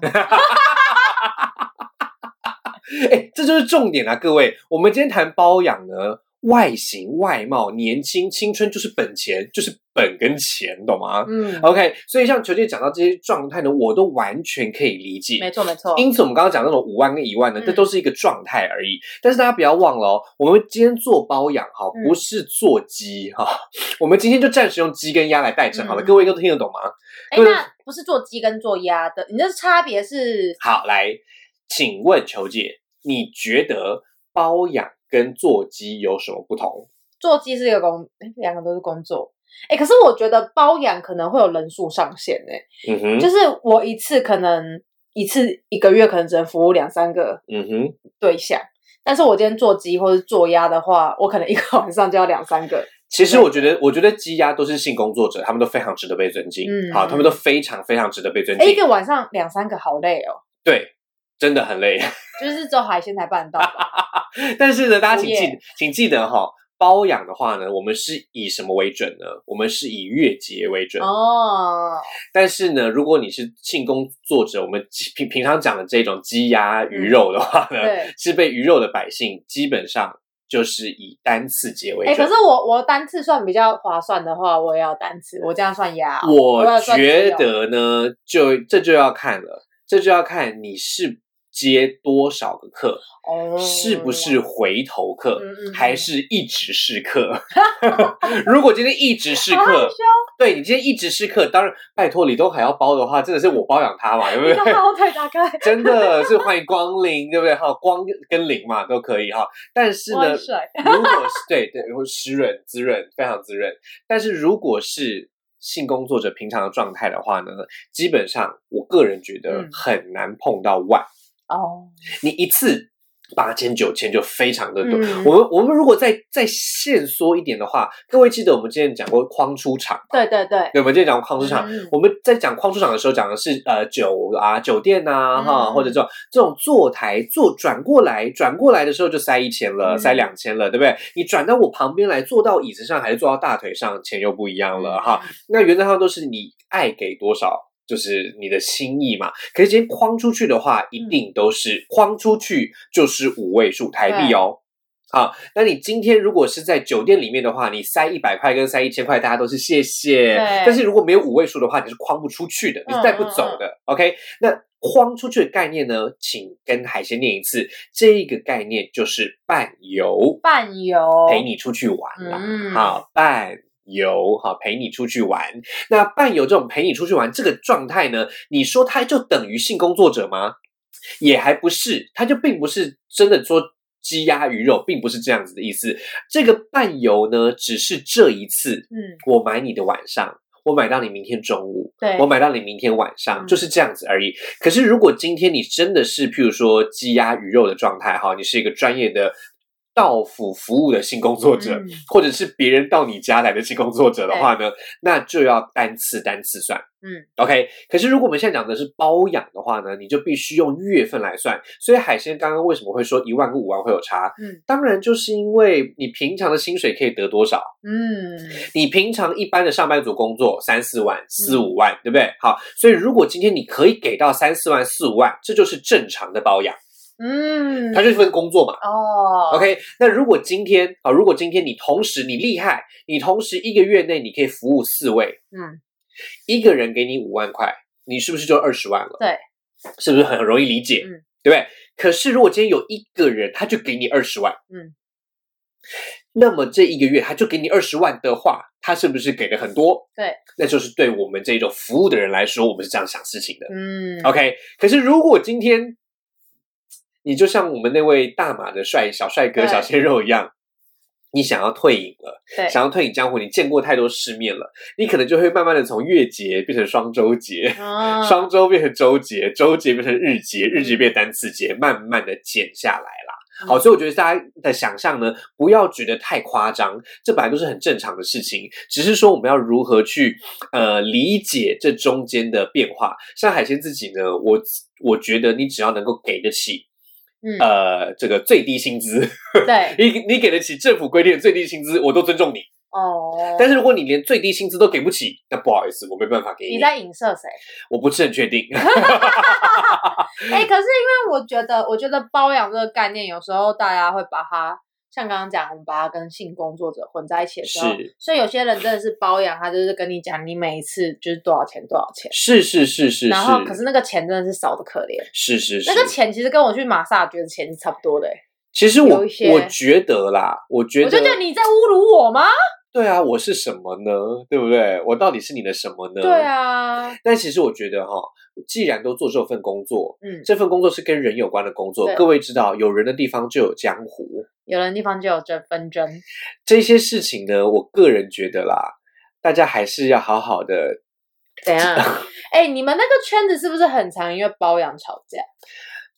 [SPEAKER 1] 哎，这就是重点啊，各位。我们今天谈包养呢，外形、外貌、年轻、青春就是本钱，就是本跟钱，懂吗、
[SPEAKER 2] 嗯，
[SPEAKER 1] o k 所以像球姐讲到这些状态呢，我都完全可以理解。
[SPEAKER 2] 没错没错，
[SPEAKER 1] 因此，我们刚刚讲那种五万跟一万呢，
[SPEAKER 2] 嗯
[SPEAKER 1] 这都是一个状态而已。但是大家不要忘了哦，我们今天做包养哈，
[SPEAKER 2] 嗯
[SPEAKER 1] 不是做鸡哈、 我们今天就暂时用鸡跟鸭来代称好了，
[SPEAKER 2] 嗯
[SPEAKER 1] 各位都听得懂吗？
[SPEAKER 2] 哎，
[SPEAKER 1] 对
[SPEAKER 2] 那不是做鸡跟做鸭的，你这差别是
[SPEAKER 1] 好，来，请问球姐，你觉得包养跟做鸡有什么不同？
[SPEAKER 2] 做鸡是一个工，哎两个都是工作。哎、可是我觉得包养可能会有人数上限哎、
[SPEAKER 1] 嗯哼，
[SPEAKER 2] 就是我一次可能一次一个月可能只能服务两三个
[SPEAKER 1] 嗯哼，
[SPEAKER 2] 对象，但是我今天做鸡或是做鸭的话，我可能一个晚上就要两 三个。
[SPEAKER 1] 其实我觉得，我觉得鸡鸭都是性工作者，他们都非常值得被尊敬。
[SPEAKER 2] 嗯
[SPEAKER 1] 好，他们都非常非常值得被尊
[SPEAKER 2] 哎、一
[SPEAKER 1] 敬。
[SPEAKER 2] 个晚上两三个好累哦，
[SPEAKER 1] 对，真的很累。
[SPEAKER 2] 就是只有海鲜才办得到吧。
[SPEAKER 1] 但是呢，大家
[SPEAKER 2] 服务
[SPEAKER 1] 请记
[SPEAKER 2] 业，
[SPEAKER 1] 请记得哈、包养的话呢，我们是以什么为准呢？我们是以月结为准。
[SPEAKER 2] 哦，
[SPEAKER 1] 但是呢，如果你是性工作者，我们平平常讲的这种鸡鸭鱼肉的话呢，
[SPEAKER 2] 嗯对
[SPEAKER 1] 是被鱼肉的百姓基本上就是以单次结为
[SPEAKER 2] 哎、可
[SPEAKER 1] 准。
[SPEAKER 2] 是我我单次算比较划算的话，我也要单次，我这样算鸭哦、我
[SPEAKER 1] 我
[SPEAKER 2] 要算
[SPEAKER 1] 觉
[SPEAKER 2] 鸡哦
[SPEAKER 1] 得呢，就这就要看了，这就要看你是接多少个客，
[SPEAKER 2] 哦，
[SPEAKER 1] 是不是回头客，
[SPEAKER 2] 嗯嗯嗯
[SPEAKER 1] 还是一直是客？ 如果今天一直是
[SPEAKER 2] 好害
[SPEAKER 1] 客，
[SPEAKER 2] 羞，
[SPEAKER 1] 对你今天一直是客，当然拜托李东海要包的话，真的是我包养他嘛，对不
[SPEAKER 2] 你干
[SPEAKER 1] 对
[SPEAKER 2] 嘛？我腿打开？
[SPEAKER 1] 真的 是欢迎光临，对不对？哈，光跟零嘛都可以哈。但是
[SPEAKER 2] 我
[SPEAKER 1] 呢
[SPEAKER 2] 很，帅。
[SPEAKER 1] 如果是对对，会湿润滋润，非常滋润。但是如果是性工作者平常的状态的话呢，基本上我个人觉得
[SPEAKER 2] 嗯
[SPEAKER 1] 很难碰到万。
[SPEAKER 2] 哦，
[SPEAKER 1] 你一次八千九千就非常的多。
[SPEAKER 2] 嗯
[SPEAKER 1] 我们我们如果再再限缩一点的话，各位记得我们之前讲过框出场，
[SPEAKER 2] 对对对，
[SPEAKER 1] 对，我们之前讲过框出场。
[SPEAKER 2] 嗯
[SPEAKER 1] 我们在讲框出场的时候，讲的是呃酒啊、酒店啊，哈、
[SPEAKER 2] 嗯
[SPEAKER 1] 或者这种这种坐台坐转过来，转过来的时候就塞一千了，
[SPEAKER 2] 嗯
[SPEAKER 1] 塞两千了，对不对？你转到我旁边来，坐到椅子上还是坐到大腿上，钱又不一样了哈。，那原则上都是你爱给多少，就是你的心意嘛。可是今天框出去的话，
[SPEAKER 2] 嗯
[SPEAKER 1] 一定都是、框出去就是五位数台币哦。好，那你今天如果是在酒店里面的话，你塞一百块跟塞一千块，大家都是谢谢。
[SPEAKER 2] 对嗯
[SPEAKER 1] 但是如果没有五位数的话，你是框不出去的，你是带不走的。OK，那框出去的概念呢，请跟海鲜念一次，这一个概念就是伴游，
[SPEAKER 2] 伴游
[SPEAKER 1] 陪你出去玩啦。
[SPEAKER 2] 嗯
[SPEAKER 1] 好，伴游，好陪你出去玩。那伴游这种陪你出去玩这个状态呢，你说它就等于性工作者吗？也还不是，它就并不是真的说鸡鸭鱼肉，并不是这样子的意思。这个伴游呢，只是这一次，
[SPEAKER 2] 嗯，
[SPEAKER 1] 我买你的晚上，我买到你明天中午，
[SPEAKER 2] 对，
[SPEAKER 1] 我买到你明天晚上，
[SPEAKER 2] 嗯
[SPEAKER 1] 就是这样子而已。可是如果今天你真的是，譬如说鸡鸭鱼肉的状态哈，你是一个专业的到府服务的性工作者，
[SPEAKER 2] 嗯
[SPEAKER 1] 或者是别人到你家来的性工作者的话呢，那就要单次单次算。
[SPEAKER 2] 嗯
[SPEAKER 1] ，OK。可是如果我们现在讲的是包养的话呢，你就必须用月份来算。所以海鲜刚刚为什么会说一万跟五万会有差？
[SPEAKER 2] 嗯
[SPEAKER 1] 当然就是因为你平常的薪水可以得多少。
[SPEAKER 2] 嗯，
[SPEAKER 1] 你平常一般的上班族工作三四万、四
[SPEAKER 2] 嗯
[SPEAKER 1] 五万，对不对？好，所以如果今天你可以给到三四万、四五万，这就是正常的包养，
[SPEAKER 2] 嗯，
[SPEAKER 1] 它就是份工作嘛。
[SPEAKER 2] 哦
[SPEAKER 1] OK，那如果今天啊，如果今天你同时你厉害，你同时一个月内你可以服务四位，
[SPEAKER 2] 嗯，
[SPEAKER 1] 一个人给你五万块，你是不是就二十万了？
[SPEAKER 2] 对，
[SPEAKER 1] 是不是很容易理解？
[SPEAKER 2] 嗯，
[SPEAKER 1] 对不对？可是如果今天有一个人他就给你二十万，
[SPEAKER 2] 嗯，
[SPEAKER 1] 那么这一个月他就给你二十万的话，他是不是给的很多？
[SPEAKER 2] 对，
[SPEAKER 1] 那就是对我们这种服务的人来说，我们是这样想事情的。
[SPEAKER 2] 嗯
[SPEAKER 1] OK，可是如果今天你就像我们那位大马的帅小帅哥、
[SPEAKER 2] 对
[SPEAKER 1] 小鲜肉一样，你想要退隐了，
[SPEAKER 2] 对，
[SPEAKER 1] 想要退隐江湖，你见过太多世面了，你可能就会慢慢的从月结变成双周结。
[SPEAKER 2] 啊
[SPEAKER 1] 双周变成周结，周结变成日结，日结变单次结，慢慢的减下来啦。
[SPEAKER 2] 嗯
[SPEAKER 1] 好，所以我觉得大家的想象呢，不要觉得太夸张，这本来都是很正常的事情，只是说我们要如何去呃理解这中间的变化。像海鲜自己呢，我我觉得你只要能够给得起，
[SPEAKER 2] 嗯
[SPEAKER 1] 呃，这个最低薪资，
[SPEAKER 2] 对
[SPEAKER 1] 你你给得起政府规定的最低薪资，我都尊重你。
[SPEAKER 2] 哦，
[SPEAKER 1] 但是如果你连最低薪资都给不起，那不好意思，我没办法给
[SPEAKER 2] 你
[SPEAKER 1] 你。
[SPEAKER 2] 在影射谁？
[SPEAKER 1] 我不是很确定。嗯
[SPEAKER 2] 哎，可是因为我觉得，我觉得包养这个概念，有时候大家会把它像刚刚讲，我们把它跟性工作者混在一起的时候，
[SPEAKER 1] 是
[SPEAKER 2] 所以有些人真的是包养，他就是跟你讲，你每一次就是多少钱多少钱，
[SPEAKER 1] 是是是是，
[SPEAKER 2] 然后可是那个钱真的是少的可怜。
[SPEAKER 1] 是是是
[SPEAKER 2] 那个钱其实跟我去马萨觉得钱是差不多的、欸，
[SPEAKER 1] 其实我
[SPEAKER 2] 有一些
[SPEAKER 1] 我觉得啦，我觉
[SPEAKER 2] 我
[SPEAKER 1] 得
[SPEAKER 2] 就觉得你在侮辱我吗？
[SPEAKER 1] 对啊，我是什么呢？对不对？我到底是你的什么呢？
[SPEAKER 2] 对。啊，
[SPEAKER 1] 但其实我觉得哈、既然都做这份工作，
[SPEAKER 2] 嗯，
[SPEAKER 1] 这份工作是跟人有关的工作
[SPEAKER 2] 对，
[SPEAKER 1] 各位知道，有人的地方就有江湖。
[SPEAKER 2] 有人地方就有这纷争，
[SPEAKER 1] 这些事情呢，我个人觉得啦，大家还是要好好的。
[SPEAKER 2] 怎样？ 哎、你们那个圈子是不是很常因为包养吵架？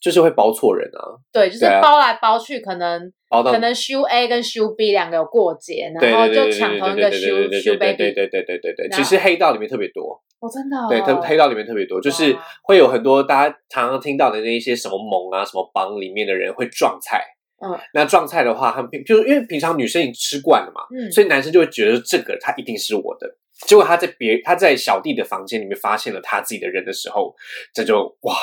[SPEAKER 1] 就是会包错人啊，
[SPEAKER 2] 对，就是
[SPEAKER 1] 对啊
[SPEAKER 2] 包来包去，可能
[SPEAKER 1] 包到
[SPEAKER 2] 可能修 A 跟修 B 两个有过节，
[SPEAKER 1] 对
[SPEAKER 2] 然后
[SPEAKER 1] 对对
[SPEAKER 2] 就
[SPEAKER 1] 对
[SPEAKER 2] 抢
[SPEAKER 1] 对
[SPEAKER 2] 同一
[SPEAKER 1] 对
[SPEAKER 2] 个
[SPEAKER 1] 对
[SPEAKER 2] 修
[SPEAKER 1] 对
[SPEAKER 2] 修
[SPEAKER 1] 对对
[SPEAKER 2] baby
[SPEAKER 1] 对。对对对对对，
[SPEAKER 2] 然
[SPEAKER 1] 其
[SPEAKER 2] 后
[SPEAKER 1] 实黑道里面特别多，
[SPEAKER 2] 我真的、哦、
[SPEAKER 1] 对，特黑道里面特别多，就是
[SPEAKER 2] 哇
[SPEAKER 1] 会有很多大家常常听到的那一些什么盟啊、什么帮里面的人会撞菜。
[SPEAKER 2] 嗯，
[SPEAKER 1] 那撞菜的话，他们平就是因为平常女生已经吃惯了嘛，
[SPEAKER 2] 嗯
[SPEAKER 1] 所以男生就会觉得这个他一定是我的。结果他在别他在小弟的房间里面发现了他自己的人的时候，这就哇，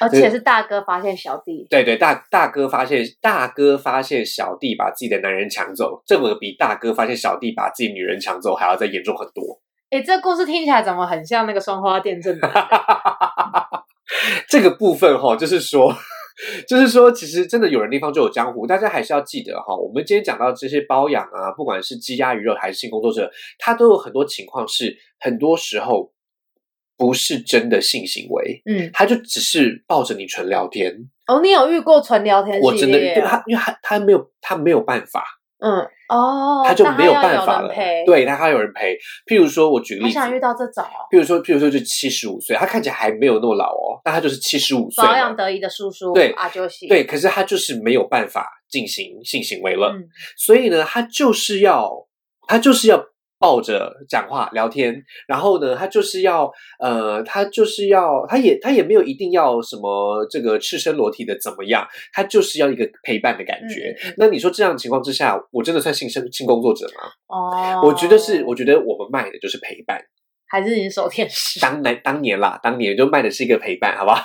[SPEAKER 2] 而且是大哥发现小弟，
[SPEAKER 1] 对对，大大哥发现大哥发现小弟把自己的男人抢走，这个比大哥发现小弟把自己女人抢走还要再严重很多。
[SPEAKER 2] 哎，这故事听起来怎么很像那个双花店正男？
[SPEAKER 1] 这个部分哈、就是说。 就是说，其实真的有人地方就有江湖，大家还是要记得哈、我们今天讲到这些包养啊，不管是鸡鸭鱼肉还是性工作者，他都有很多情况是，很多时候不是真的性行为，
[SPEAKER 2] 嗯，
[SPEAKER 1] 他就只是抱着你纯聊天。
[SPEAKER 2] 哦，你有遇过纯聊天系列？哦
[SPEAKER 1] 我真的对他，因为他他没有他没有办法，
[SPEAKER 2] 嗯，哦，
[SPEAKER 1] 他就
[SPEAKER 2] 那
[SPEAKER 1] 没有
[SPEAKER 2] 要
[SPEAKER 1] 办法
[SPEAKER 2] 人
[SPEAKER 1] 了
[SPEAKER 2] 陪。，
[SPEAKER 1] 对，他还有人陪。譬如说，我举个
[SPEAKER 2] 我
[SPEAKER 1] 例子，
[SPEAKER 2] 想遇到这种哦
[SPEAKER 1] 譬如说，譬如说，就七十五岁，他看起来还没有那么老哦，但他就是七十五岁
[SPEAKER 2] 保养
[SPEAKER 1] 了。
[SPEAKER 2] 得意的叔叔，
[SPEAKER 1] 对
[SPEAKER 2] 阿九喜，
[SPEAKER 1] 对，可是他就是没有办法进行性行为了，
[SPEAKER 2] 嗯，
[SPEAKER 1] 所以呢，他就是要，他就是要抱着讲话聊天，然后呢，他就是要，呃，他就是要，他也他也没有一定要什么这个赤身裸体的怎么样，他就是要一个陪伴的感觉。
[SPEAKER 2] 嗯嗯嗯
[SPEAKER 1] 那你说这样的情况之下，我真的算性生性工作者吗？
[SPEAKER 2] 哦，
[SPEAKER 1] 我觉得是，我觉得我们卖的就是陪伴。
[SPEAKER 2] 还是你是守天使
[SPEAKER 1] 当年当年啦，当年就卖的是一个陪伴，好不好？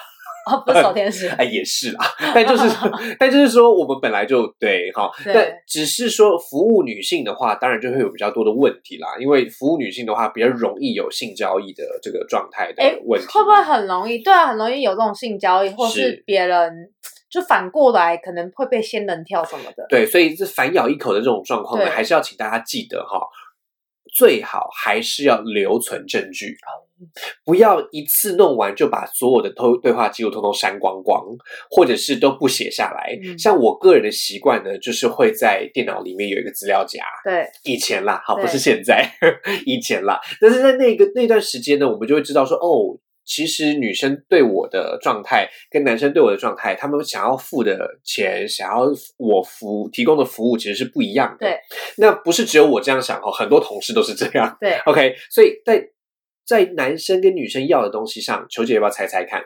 [SPEAKER 2] 哦，不是守天使，
[SPEAKER 1] 哎，也是啦，但就是 但就是说，我们本来就对哈，
[SPEAKER 2] 对
[SPEAKER 1] 但只是说服务女性的话，当然就会有比较多的问题啦，因为服务女性的话比较容易有性交易的这个状态的
[SPEAKER 2] 哎
[SPEAKER 1] 问题，
[SPEAKER 2] 会不会很容易？对啊，很容易有这种性交易，或是
[SPEAKER 1] 是
[SPEAKER 2] 别人就反过来可能会被仙人跳什么的。
[SPEAKER 1] 对，所以这反咬一口的这种状况呢，
[SPEAKER 2] 对
[SPEAKER 1] 还是要请大家记得哈，最好还是要留存证据，
[SPEAKER 2] 哦
[SPEAKER 1] 不要一次弄完就把所有的偷对话记录通通删光光，或者是都不写下来。
[SPEAKER 2] 嗯
[SPEAKER 1] 像我个人的习惯呢，就是会在电脑里面有一个资料夹，
[SPEAKER 2] 对，
[SPEAKER 1] 以前啦，好，
[SPEAKER 2] 对
[SPEAKER 1] 不是现在， 以前啦。但是在那个那段时间呢，我们就会知道说，哦，其实女生对我的状态跟男生对我的状态，他们想要付的钱，想要我服提供的服务其实是不一样的。
[SPEAKER 2] 对，
[SPEAKER 1] 那不是只有我这样想哦，很多同事都是这样。
[SPEAKER 2] 对
[SPEAKER 1] ，OK，所以在在男生跟女生要的东西上，球姐要不要猜猜看？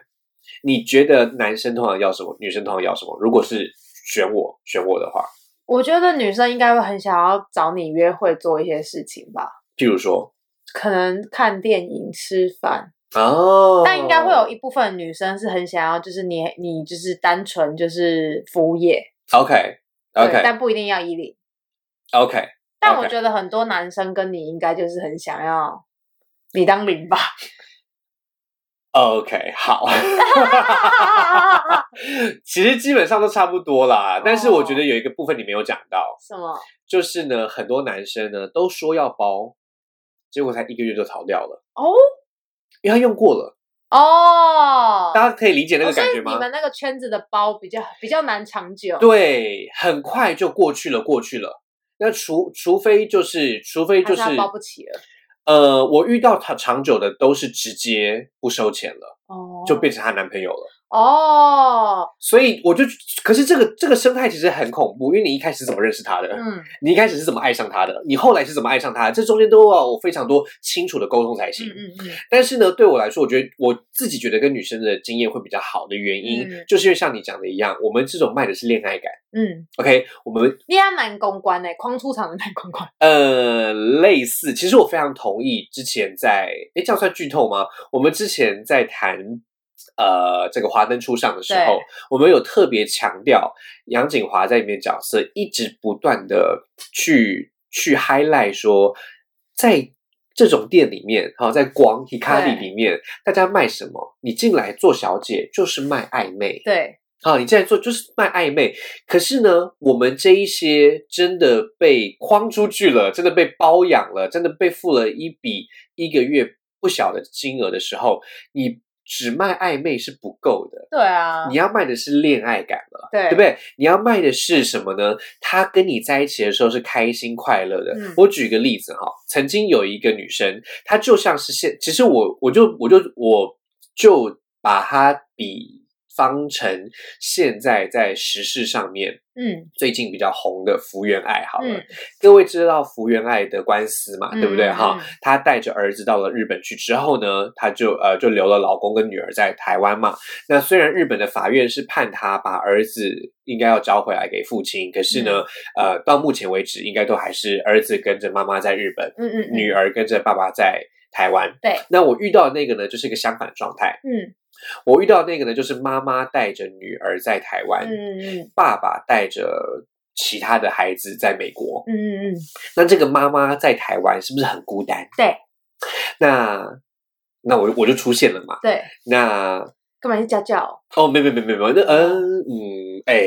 [SPEAKER 1] 你觉得男生通常要什么？女生通常要什么？如果是选我选我的话，
[SPEAKER 2] 我觉得女生应该会很想要找你约会做一些事情吧，
[SPEAKER 1] 譬如说。
[SPEAKER 2] 可能看电影、吃饭，
[SPEAKER 1] 哦，
[SPEAKER 2] 但应该会有一部分女生是很想要，就是你你就是单纯就是服务业
[SPEAKER 1] OK
[SPEAKER 2] 对
[SPEAKER 1] OK
[SPEAKER 2] 但不一定要依恋。
[SPEAKER 1] OK，
[SPEAKER 2] 但我
[SPEAKER 1] OK
[SPEAKER 2] 觉得很多男生跟你应该就是很想要你当零吧，
[SPEAKER 1] OK，好。 其实基本上都差不多啦，但是我
[SPEAKER 2] 哦
[SPEAKER 1] 觉得有一个部分你没有讲到，
[SPEAKER 2] 什么？
[SPEAKER 1] 就是呢，很多男生呢都说要包，结果才一个月就逃掉了，
[SPEAKER 2] 哦
[SPEAKER 1] 因为他用过了。
[SPEAKER 2] 哦，
[SPEAKER 1] 大家可以理解那
[SPEAKER 2] 哦
[SPEAKER 1] 个
[SPEAKER 2] 所以
[SPEAKER 1] 感觉吗？
[SPEAKER 2] 你们那个圈子的包比较比较难长久。
[SPEAKER 1] 对，很快就过去了，过去了。那除除非就是，除非就
[SPEAKER 2] 还
[SPEAKER 1] 是
[SPEAKER 2] 他包不起了。
[SPEAKER 1] 呃，我遇到长长久的都是直接不收钱了，
[SPEAKER 2] 哦，
[SPEAKER 1] 就变成她男朋友了。
[SPEAKER 2] 哦，
[SPEAKER 1] 所以我就，可是这个这个生态其实很恐怖，因为你一开始怎么认识他的，
[SPEAKER 2] 嗯
[SPEAKER 1] 你一开始是怎么爱上他的，你后来是怎么爱上他的，这中间都要有非常多清楚的沟通才
[SPEAKER 2] 嗯
[SPEAKER 1] 行。
[SPEAKER 2] 嗯嗯，
[SPEAKER 1] 但是呢，对我来说，我觉得我自己觉得跟女生的经验会比较好的原因，
[SPEAKER 2] 嗯
[SPEAKER 1] 就是因为像你讲的一样，我们这种卖的是恋爱感。
[SPEAKER 2] 嗯，
[SPEAKER 1] OK，我们
[SPEAKER 2] 你也难公关呢、框出场的难公关。
[SPEAKER 1] 呃类似，其实我非常同意之前在，诶，这样算剧透吗？我们之前在谈呃这个华灯初上的时候，我们有特别强调杨景华在里面角色一直不断的去去 highlight 说，在这种店里面，好在光 Hikari 里面，大家卖什么？你进来做小姐就是卖暧昧，
[SPEAKER 2] 对，
[SPEAKER 1] 啊，你这样做就是卖暧昧。可是呢，我们这一些真的被框出去了，真的被包养了，真的被付了一笔一个月不小的金额的时候，你只卖暧昧是不够的，
[SPEAKER 2] 对啊，
[SPEAKER 1] 你要卖的是恋爱感了。
[SPEAKER 2] 对
[SPEAKER 1] 对不对？你要卖的是什么呢？他跟你在一起的时候是开心快乐的。
[SPEAKER 2] 嗯
[SPEAKER 1] 我举个例子哈，曾经有一个女生，她就像是现，其实我我就我就我就把她比方成现在在时事上面
[SPEAKER 2] 嗯，
[SPEAKER 1] 最近比较红的福原爱好了。
[SPEAKER 2] 嗯
[SPEAKER 1] 各位知道福原爱的官司嘛？对不对
[SPEAKER 2] 嗯
[SPEAKER 1] 哈？
[SPEAKER 2] 嗯
[SPEAKER 1] 她带着儿子到了日本去之后呢，她就呃就留了老公跟女儿在台湾嘛。那虽然日本的法院是判她把儿子应该要交回来给父亲，可是呢，
[SPEAKER 2] 嗯
[SPEAKER 1] 呃，到目前为止应该都还是儿子跟着妈妈在日本，
[SPEAKER 2] 嗯嗯，
[SPEAKER 1] 女儿跟着爸爸在台湾。
[SPEAKER 2] 对，
[SPEAKER 1] 那我遇到的那个呢，就是一个相反的状态。
[SPEAKER 2] 嗯
[SPEAKER 1] 我遇到的那个呢，就是妈妈带着女儿在台湾，
[SPEAKER 2] 嗯嗯
[SPEAKER 1] 爸爸带着其他的孩子在美国。
[SPEAKER 2] 嗯嗯嗯，
[SPEAKER 1] 那这个妈妈在台湾是不是很孤单？
[SPEAKER 2] 对
[SPEAKER 1] 那那我我就出现了嘛。
[SPEAKER 2] 对，
[SPEAKER 1] 那
[SPEAKER 2] 干嘛是家教？
[SPEAKER 1] 哦，没没没没没，那嗯嗯，哎，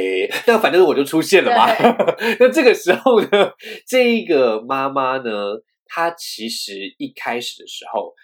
[SPEAKER 1] 那反正我就出现了嘛。 那这个时候呢，这一个妈妈呢，她其实一开始的时候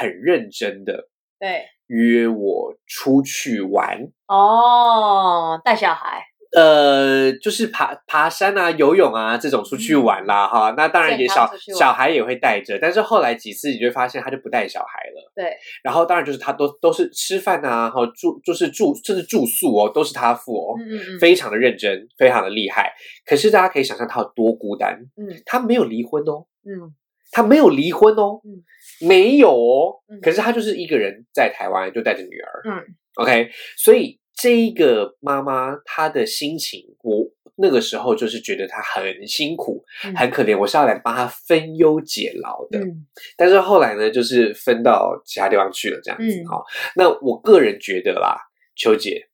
[SPEAKER 1] 很认真的
[SPEAKER 2] 对，
[SPEAKER 1] 约我出去玩，
[SPEAKER 2] 哦，带小孩，
[SPEAKER 1] 呃，就是爬爬山啊、游泳啊这种出去玩啦，哈。那当然也
[SPEAKER 2] 嗯健康
[SPEAKER 1] 小
[SPEAKER 2] 出去玩
[SPEAKER 1] 小孩也会带着，但是后来几次你就会发现他就不带小孩了。
[SPEAKER 2] 对，
[SPEAKER 1] 然后当然就是他都都是吃饭啊，哈住就是住甚至住宿哦，都是他付哦，
[SPEAKER 2] 嗯嗯嗯，
[SPEAKER 1] 非常的认真，非常的厉害。可是大家可以想象他有多孤单，
[SPEAKER 2] 嗯
[SPEAKER 1] 他没有离婚哦，
[SPEAKER 2] 嗯
[SPEAKER 1] 他没有离婚哦，
[SPEAKER 2] 嗯
[SPEAKER 1] 没有哦，
[SPEAKER 2] 嗯
[SPEAKER 1] 可是他就是一个人在台湾，就带着女儿，
[SPEAKER 2] 嗯
[SPEAKER 1] ，OK，所以这一个妈妈她的心情，我那个时候就是觉得她很辛苦，
[SPEAKER 2] 嗯
[SPEAKER 1] 很可怜，我是要来帮她分忧解劳的，
[SPEAKER 2] 嗯
[SPEAKER 1] 但是后来呢，就是分到其他地方去了，这样子
[SPEAKER 2] 嗯
[SPEAKER 1] 哈、那我个人觉得啦，秋姐，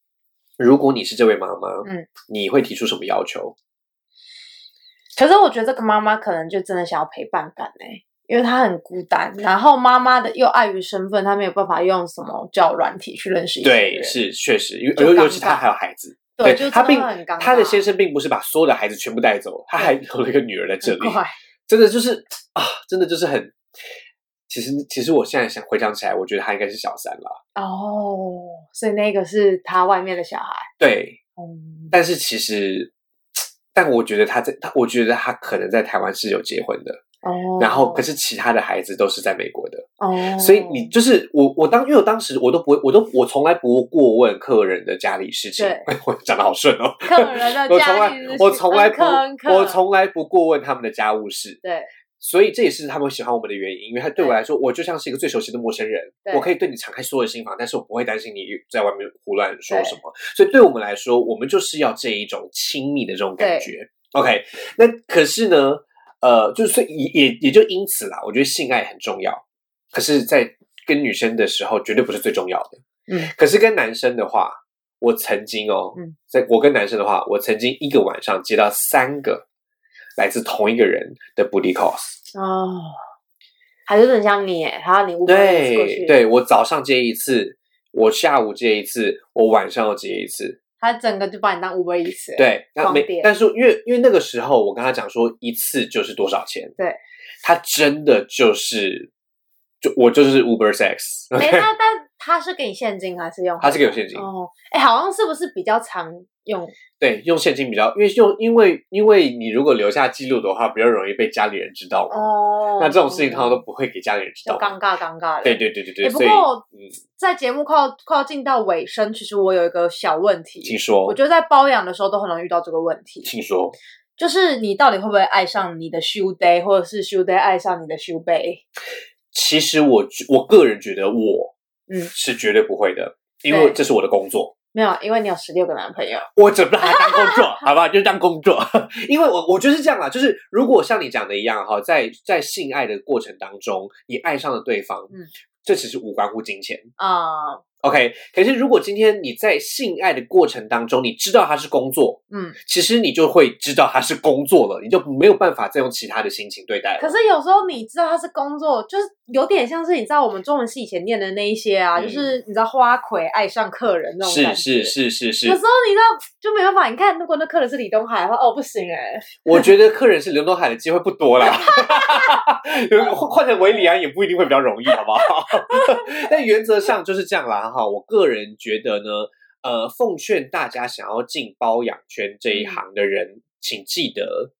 [SPEAKER 1] 如果你是这位妈妈，
[SPEAKER 2] 嗯，
[SPEAKER 1] 你会提出什么要求？
[SPEAKER 2] 可是我觉得这个妈妈可能就真的想要陪伴感哎、因为她很孤单，然后妈妈的又碍于身份，她没有办法用什么交友软体去认识一些
[SPEAKER 1] 对，
[SPEAKER 2] 人
[SPEAKER 1] 是确实，尤
[SPEAKER 2] 就
[SPEAKER 1] 尤
[SPEAKER 2] 尴
[SPEAKER 1] 尤其她
[SPEAKER 2] 尬
[SPEAKER 1] 还有孩子。
[SPEAKER 2] 对，就
[SPEAKER 1] 他
[SPEAKER 2] 真
[SPEAKER 1] 并
[SPEAKER 2] 的很尴尬。
[SPEAKER 1] 他的先生并不是把所有的孩子全部带走，他
[SPEAKER 2] 对
[SPEAKER 1] 还有了一个女儿在这
[SPEAKER 2] 很
[SPEAKER 1] 里，
[SPEAKER 2] 快，
[SPEAKER 1] 真的就是啊，真的就是很。其实，其实我现在想回想起来，我觉得他应该是小三了。
[SPEAKER 2] 哦，所以那个是他外面的小孩，
[SPEAKER 1] 对，
[SPEAKER 2] 嗯，
[SPEAKER 1] 但是其实，但我觉得他在，他我觉得他可能在台湾是有结婚的，
[SPEAKER 2] 哦，
[SPEAKER 1] 然后可是其他的孩子都是在美国的。
[SPEAKER 2] 哦，
[SPEAKER 1] 所以你就是我，我当因为我当时我都不会，我都我从来不过问客人的家里事情
[SPEAKER 2] 对。
[SPEAKER 1] 我讲的好顺哦，
[SPEAKER 2] 客人的
[SPEAKER 1] 我
[SPEAKER 2] 家
[SPEAKER 1] 从来
[SPEAKER 2] 里事
[SPEAKER 1] 我从来不
[SPEAKER 2] 很苛很苛
[SPEAKER 1] 我从来不过问他们的家务事。
[SPEAKER 2] 对
[SPEAKER 1] 所以这也是他们喜欢我们的原因，因为他对我
[SPEAKER 2] 对
[SPEAKER 1] 来说，我就像是一个最熟悉的陌生人，
[SPEAKER 2] 对
[SPEAKER 1] 我可以对你敞开所有心房，但是我不会担心你在外面胡乱说
[SPEAKER 2] 对
[SPEAKER 1] 什么。所以对我们来说，我们就是要这一种亲密的这种感
[SPEAKER 2] 对
[SPEAKER 1] 觉。OK，那可是呢，呃，就是也也也就因此啦，我觉得性爱很重要，可是，在跟女生的时候绝对不是最重要的。
[SPEAKER 2] 嗯，
[SPEAKER 1] 可是跟男生的话，我曾经哦，
[SPEAKER 2] 嗯
[SPEAKER 1] 在我跟男生的话，我曾经一个晚上接到三个来自同一个人的 booty calls。
[SPEAKER 2] 哦，还是很像你耶，还要你五百过
[SPEAKER 1] 对，，
[SPEAKER 2] 去，
[SPEAKER 1] 对我早上接一次，我下午接一次，我晚上要接一次。
[SPEAKER 2] 他整个就把你当五百一次，，
[SPEAKER 1] 对，那
[SPEAKER 2] 狂
[SPEAKER 1] 每
[SPEAKER 2] 点
[SPEAKER 1] 但是因为因为那个时候我跟他讲说一次就是多少钱，
[SPEAKER 2] 对，
[SPEAKER 1] 他真的就是就我就是 Uber Sex，
[SPEAKER 2] 哎，那但他是给你现金还是用？
[SPEAKER 1] 他是给我现金，
[SPEAKER 2] 哦，哎，好像是不是比较常用？
[SPEAKER 1] 对，用现金比较，因为用因为因为你如果留下记录的话，比较容易被家里人知道嘛。
[SPEAKER 2] 哦，
[SPEAKER 1] 那这种事情通常都不会给家里人知
[SPEAKER 2] 就
[SPEAKER 1] 道嘛。
[SPEAKER 2] 尴尬尴尬的，
[SPEAKER 1] 对对对对对，
[SPEAKER 2] 哎不
[SPEAKER 1] 所以
[SPEAKER 2] 过
[SPEAKER 1] 嗯，
[SPEAKER 2] 在节目靠靠近到尾声，其实我有一个小问题，
[SPEAKER 1] 请说，
[SPEAKER 2] 我觉得在包养的时候都很容易遇到这个问题，
[SPEAKER 1] 请说。
[SPEAKER 2] 就是你到底会不会爱上你的 shoe day，或者是 shoe day 爱上你的 shoe bay？
[SPEAKER 1] 其实我觉我个人觉得我，
[SPEAKER 2] 嗯
[SPEAKER 1] 是绝对不会的，因为
[SPEAKER 2] 对
[SPEAKER 1] 这是我的工作，
[SPEAKER 2] 没有，因为你有十六个男朋友。
[SPEAKER 1] 我只把它当工作，好吧，就当工作。 因为我我就是这样啦，就是如果像你讲的一样哈，在在性爱的过程当中，你爱上了对方，
[SPEAKER 2] 嗯，
[SPEAKER 1] 这只是无关乎金钱，
[SPEAKER 2] 啊、
[SPEAKER 1] OK，可是如果今天你在性爱的过程当中，你知道它是工作，
[SPEAKER 2] 嗯，
[SPEAKER 1] 其实你就会知道它是工作了，你就没有办法再用其他的心情对待了。
[SPEAKER 2] 可是有时候你知道它是工作，就是有点像是你知道我们中文系以前念的那一些啊，
[SPEAKER 1] 嗯
[SPEAKER 2] 就是你知道花魁爱上客人那种感
[SPEAKER 1] 是
[SPEAKER 2] 觉。
[SPEAKER 1] 是是是是
[SPEAKER 2] 有，时候你知道就没办法，你看如果那客人是李东海的话，哦不行哎、
[SPEAKER 1] 我觉得客人是刘东海的机会不多啦， 换成维里安也不一定会比较容易，好不好？ 但原则上就是这样啦，哈。我个人觉得呢，呃，奉劝大家想要进包养圈这
[SPEAKER 2] 嗯
[SPEAKER 1] 一行的人，请记得，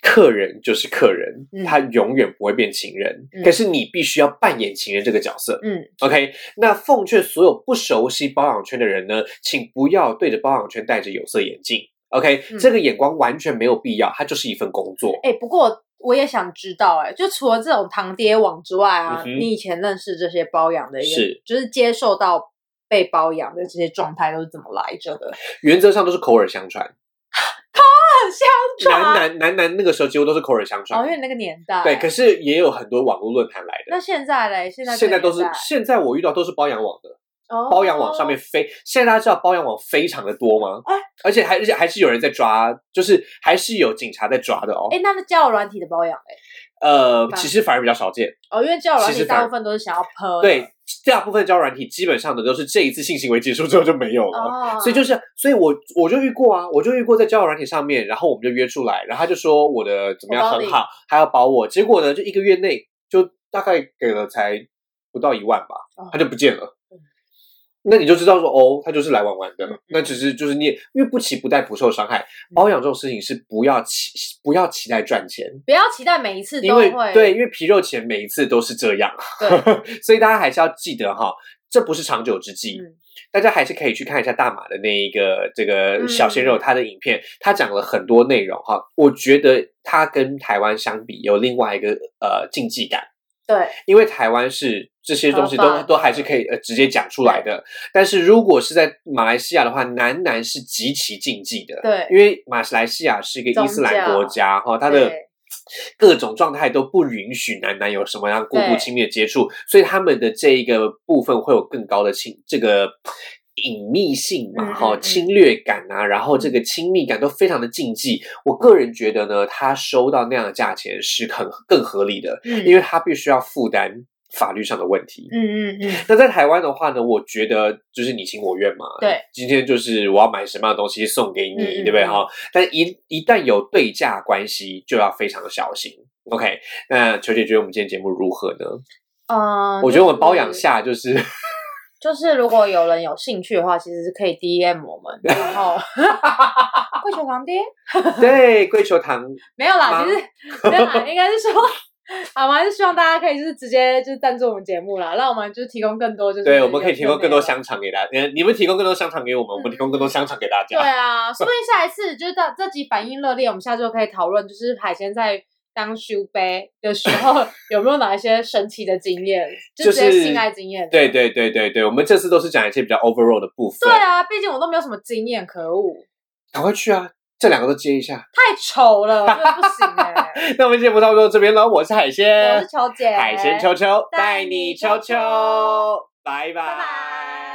[SPEAKER 1] 客人就是客人，
[SPEAKER 2] 嗯
[SPEAKER 1] 他永远不会变情人。
[SPEAKER 2] 嗯
[SPEAKER 1] 可是你必须要扮演情人这个角色，
[SPEAKER 2] 嗯，
[SPEAKER 1] OK，那奉劝所有不熟悉包养圈的人呢，请不要对着包养圈戴着有色眼镜。OK，、
[SPEAKER 2] 嗯
[SPEAKER 1] 这个眼光完全没有必要，它就是一份工作。
[SPEAKER 2] 哎、不过我也想知道、哎，就除了这种堂爹网之外啊
[SPEAKER 1] 嗯，哼
[SPEAKER 2] 你以前认识这些包养的一个，
[SPEAKER 1] 是
[SPEAKER 2] 就是接受到被包养的这些状态都是怎么来着的？
[SPEAKER 1] 原则上都是口耳相 传，
[SPEAKER 2] 相传
[SPEAKER 1] 男男男男那个时候几乎都是口耳相
[SPEAKER 2] 哦，
[SPEAKER 1] 传。
[SPEAKER 2] 因为那个年代，
[SPEAKER 1] 对，可是也有很多网络论坛来的。
[SPEAKER 2] 那现在嘞，现在
[SPEAKER 1] 现在都是
[SPEAKER 2] 这个年代
[SPEAKER 1] 现在我遇到都是包养网的，
[SPEAKER 2] 哦
[SPEAKER 1] 包养网上面非、现在大家知道包养网非常的多吗？
[SPEAKER 2] 哎
[SPEAKER 1] 而且还而且还是有人在抓，就是还是有警察在抓的哦。
[SPEAKER 2] 哎、那那交友软体的包养嘞？
[SPEAKER 1] 呃，
[SPEAKER 2] 吧
[SPEAKER 1] 其实反而比较少见。
[SPEAKER 2] 哦，因为交友软
[SPEAKER 1] 其
[SPEAKER 2] 体
[SPEAKER 1] 实反而
[SPEAKER 2] 大部分都是想要喷，
[SPEAKER 1] 对，大部分交友软体基本上的都是这一次性行为结束之后就没有了。
[SPEAKER 2] 哦，
[SPEAKER 1] 所以就是，所以我我就遇过啊，我就遇过在交友软体上面，然后我们就约出来，然后他就说我的怎么样
[SPEAKER 2] 我包
[SPEAKER 1] 很
[SPEAKER 2] 你
[SPEAKER 1] 好，还要保我。结果呢，就一个月内就大概给了才不到一万吧
[SPEAKER 2] 哦，
[SPEAKER 1] 他就不见了
[SPEAKER 2] 嗯。
[SPEAKER 1] 那你就知道说哦，他就是来玩玩的
[SPEAKER 2] 嗯嗯，嗯
[SPEAKER 1] 那只是就是你也因为不期不待不受伤害，保养这种事情是不要期不要期待赚钱，
[SPEAKER 2] 不要期待每一次
[SPEAKER 1] 因
[SPEAKER 2] 都
[SPEAKER 1] 为
[SPEAKER 2] 会
[SPEAKER 1] 对，因为皮肉钱每一次都是这样， 所以大家还是要记得哈，这不是长久之计。
[SPEAKER 2] 嗯
[SPEAKER 1] 大家还是可以去看一下大马的那一个这个
[SPEAKER 2] 嗯
[SPEAKER 1] 小鲜肉他的影片，他讲了很多内容哈。我觉得他跟台湾相比有另外一个呃竞技感，
[SPEAKER 2] 对，
[SPEAKER 1] 因为台湾是这些东西
[SPEAKER 2] 合法
[SPEAKER 1] 都
[SPEAKER 2] 的
[SPEAKER 1] 都还是可以呃直接讲出来的，但是如果是在马来西亚的话，男男是极其禁忌的。
[SPEAKER 2] 对
[SPEAKER 1] 因为马来西亚是一个伊斯兰国家哈，它的
[SPEAKER 2] 对
[SPEAKER 1] 各种状态都不允许男男有什么样过度
[SPEAKER 2] 对
[SPEAKER 1] 亲密的接触，所以他们的这一个部分会有更高的亲这个。隐秘性嘛，
[SPEAKER 2] 嗯
[SPEAKER 1] 哈、
[SPEAKER 2] 嗯嗯
[SPEAKER 1] 侵略感啊，然后这个亲密感都非常的禁忌。我个人觉得呢，他收到那样的价钱是很更合理的，
[SPEAKER 2] 嗯
[SPEAKER 1] 因为他必须要负担法律上的问题。
[SPEAKER 2] 嗯嗯嗯，
[SPEAKER 1] 那在台湾的话呢，我觉得就是你情我愿嘛。
[SPEAKER 2] 对，
[SPEAKER 1] 今天就是我要买什么样的东西送给你，
[SPEAKER 2] 嗯嗯
[SPEAKER 1] 对不对
[SPEAKER 2] 嗯
[SPEAKER 1] 哈？但一一旦有对价关系，就要非常的小心。OK，那球姐觉得我们今天节目如何呢？
[SPEAKER 2] 呃，
[SPEAKER 1] 我觉得我们包养
[SPEAKER 2] 就是
[SPEAKER 1] 下就是，
[SPEAKER 2] 就是如果有人有兴趣的话，其实是可以 DM 我们，然 后跪求堂爹
[SPEAKER 1] 对跪求堂，
[SPEAKER 2] 没有啦，
[SPEAKER 1] 忙
[SPEAKER 2] 其 实没有啦，应该是说。啊，我们还是希望大家可以就是直接就是赞助我们节目啦，让我们就是提供更多就是
[SPEAKER 1] 对，我们可以提供更多
[SPEAKER 2] 有的没的
[SPEAKER 1] 香肠给大家，呃你们提供更多香肠给我们，我们提供更多香肠给大
[SPEAKER 2] 对
[SPEAKER 1] 家。
[SPEAKER 2] 啊，说不定下一次就是到这集反应热烈，我们下周可以讨论就是海鲜在当修杯的时 候有没有哪一些神奇的经验，
[SPEAKER 1] 就
[SPEAKER 2] 就直接
[SPEAKER 1] 是
[SPEAKER 2] 性爱经验。
[SPEAKER 1] 对对对对对，我们这次都是讲一些比较 overall 的部分。
[SPEAKER 2] 对，啊，毕竟我都没有什么经验，可恶，
[SPEAKER 1] 赶快去啊，这两个都接一下。
[SPEAKER 2] 太丑了，真的不行哎、
[SPEAKER 1] 那我们节目差不多到这边了，我是海鲜，
[SPEAKER 2] 我是球姐，
[SPEAKER 1] 海鲜球球
[SPEAKER 2] 带
[SPEAKER 1] 带
[SPEAKER 2] 你
[SPEAKER 1] 你
[SPEAKER 2] 球
[SPEAKER 1] 球
[SPEAKER 2] 球
[SPEAKER 1] 球，拜拜。
[SPEAKER 2] 拜拜。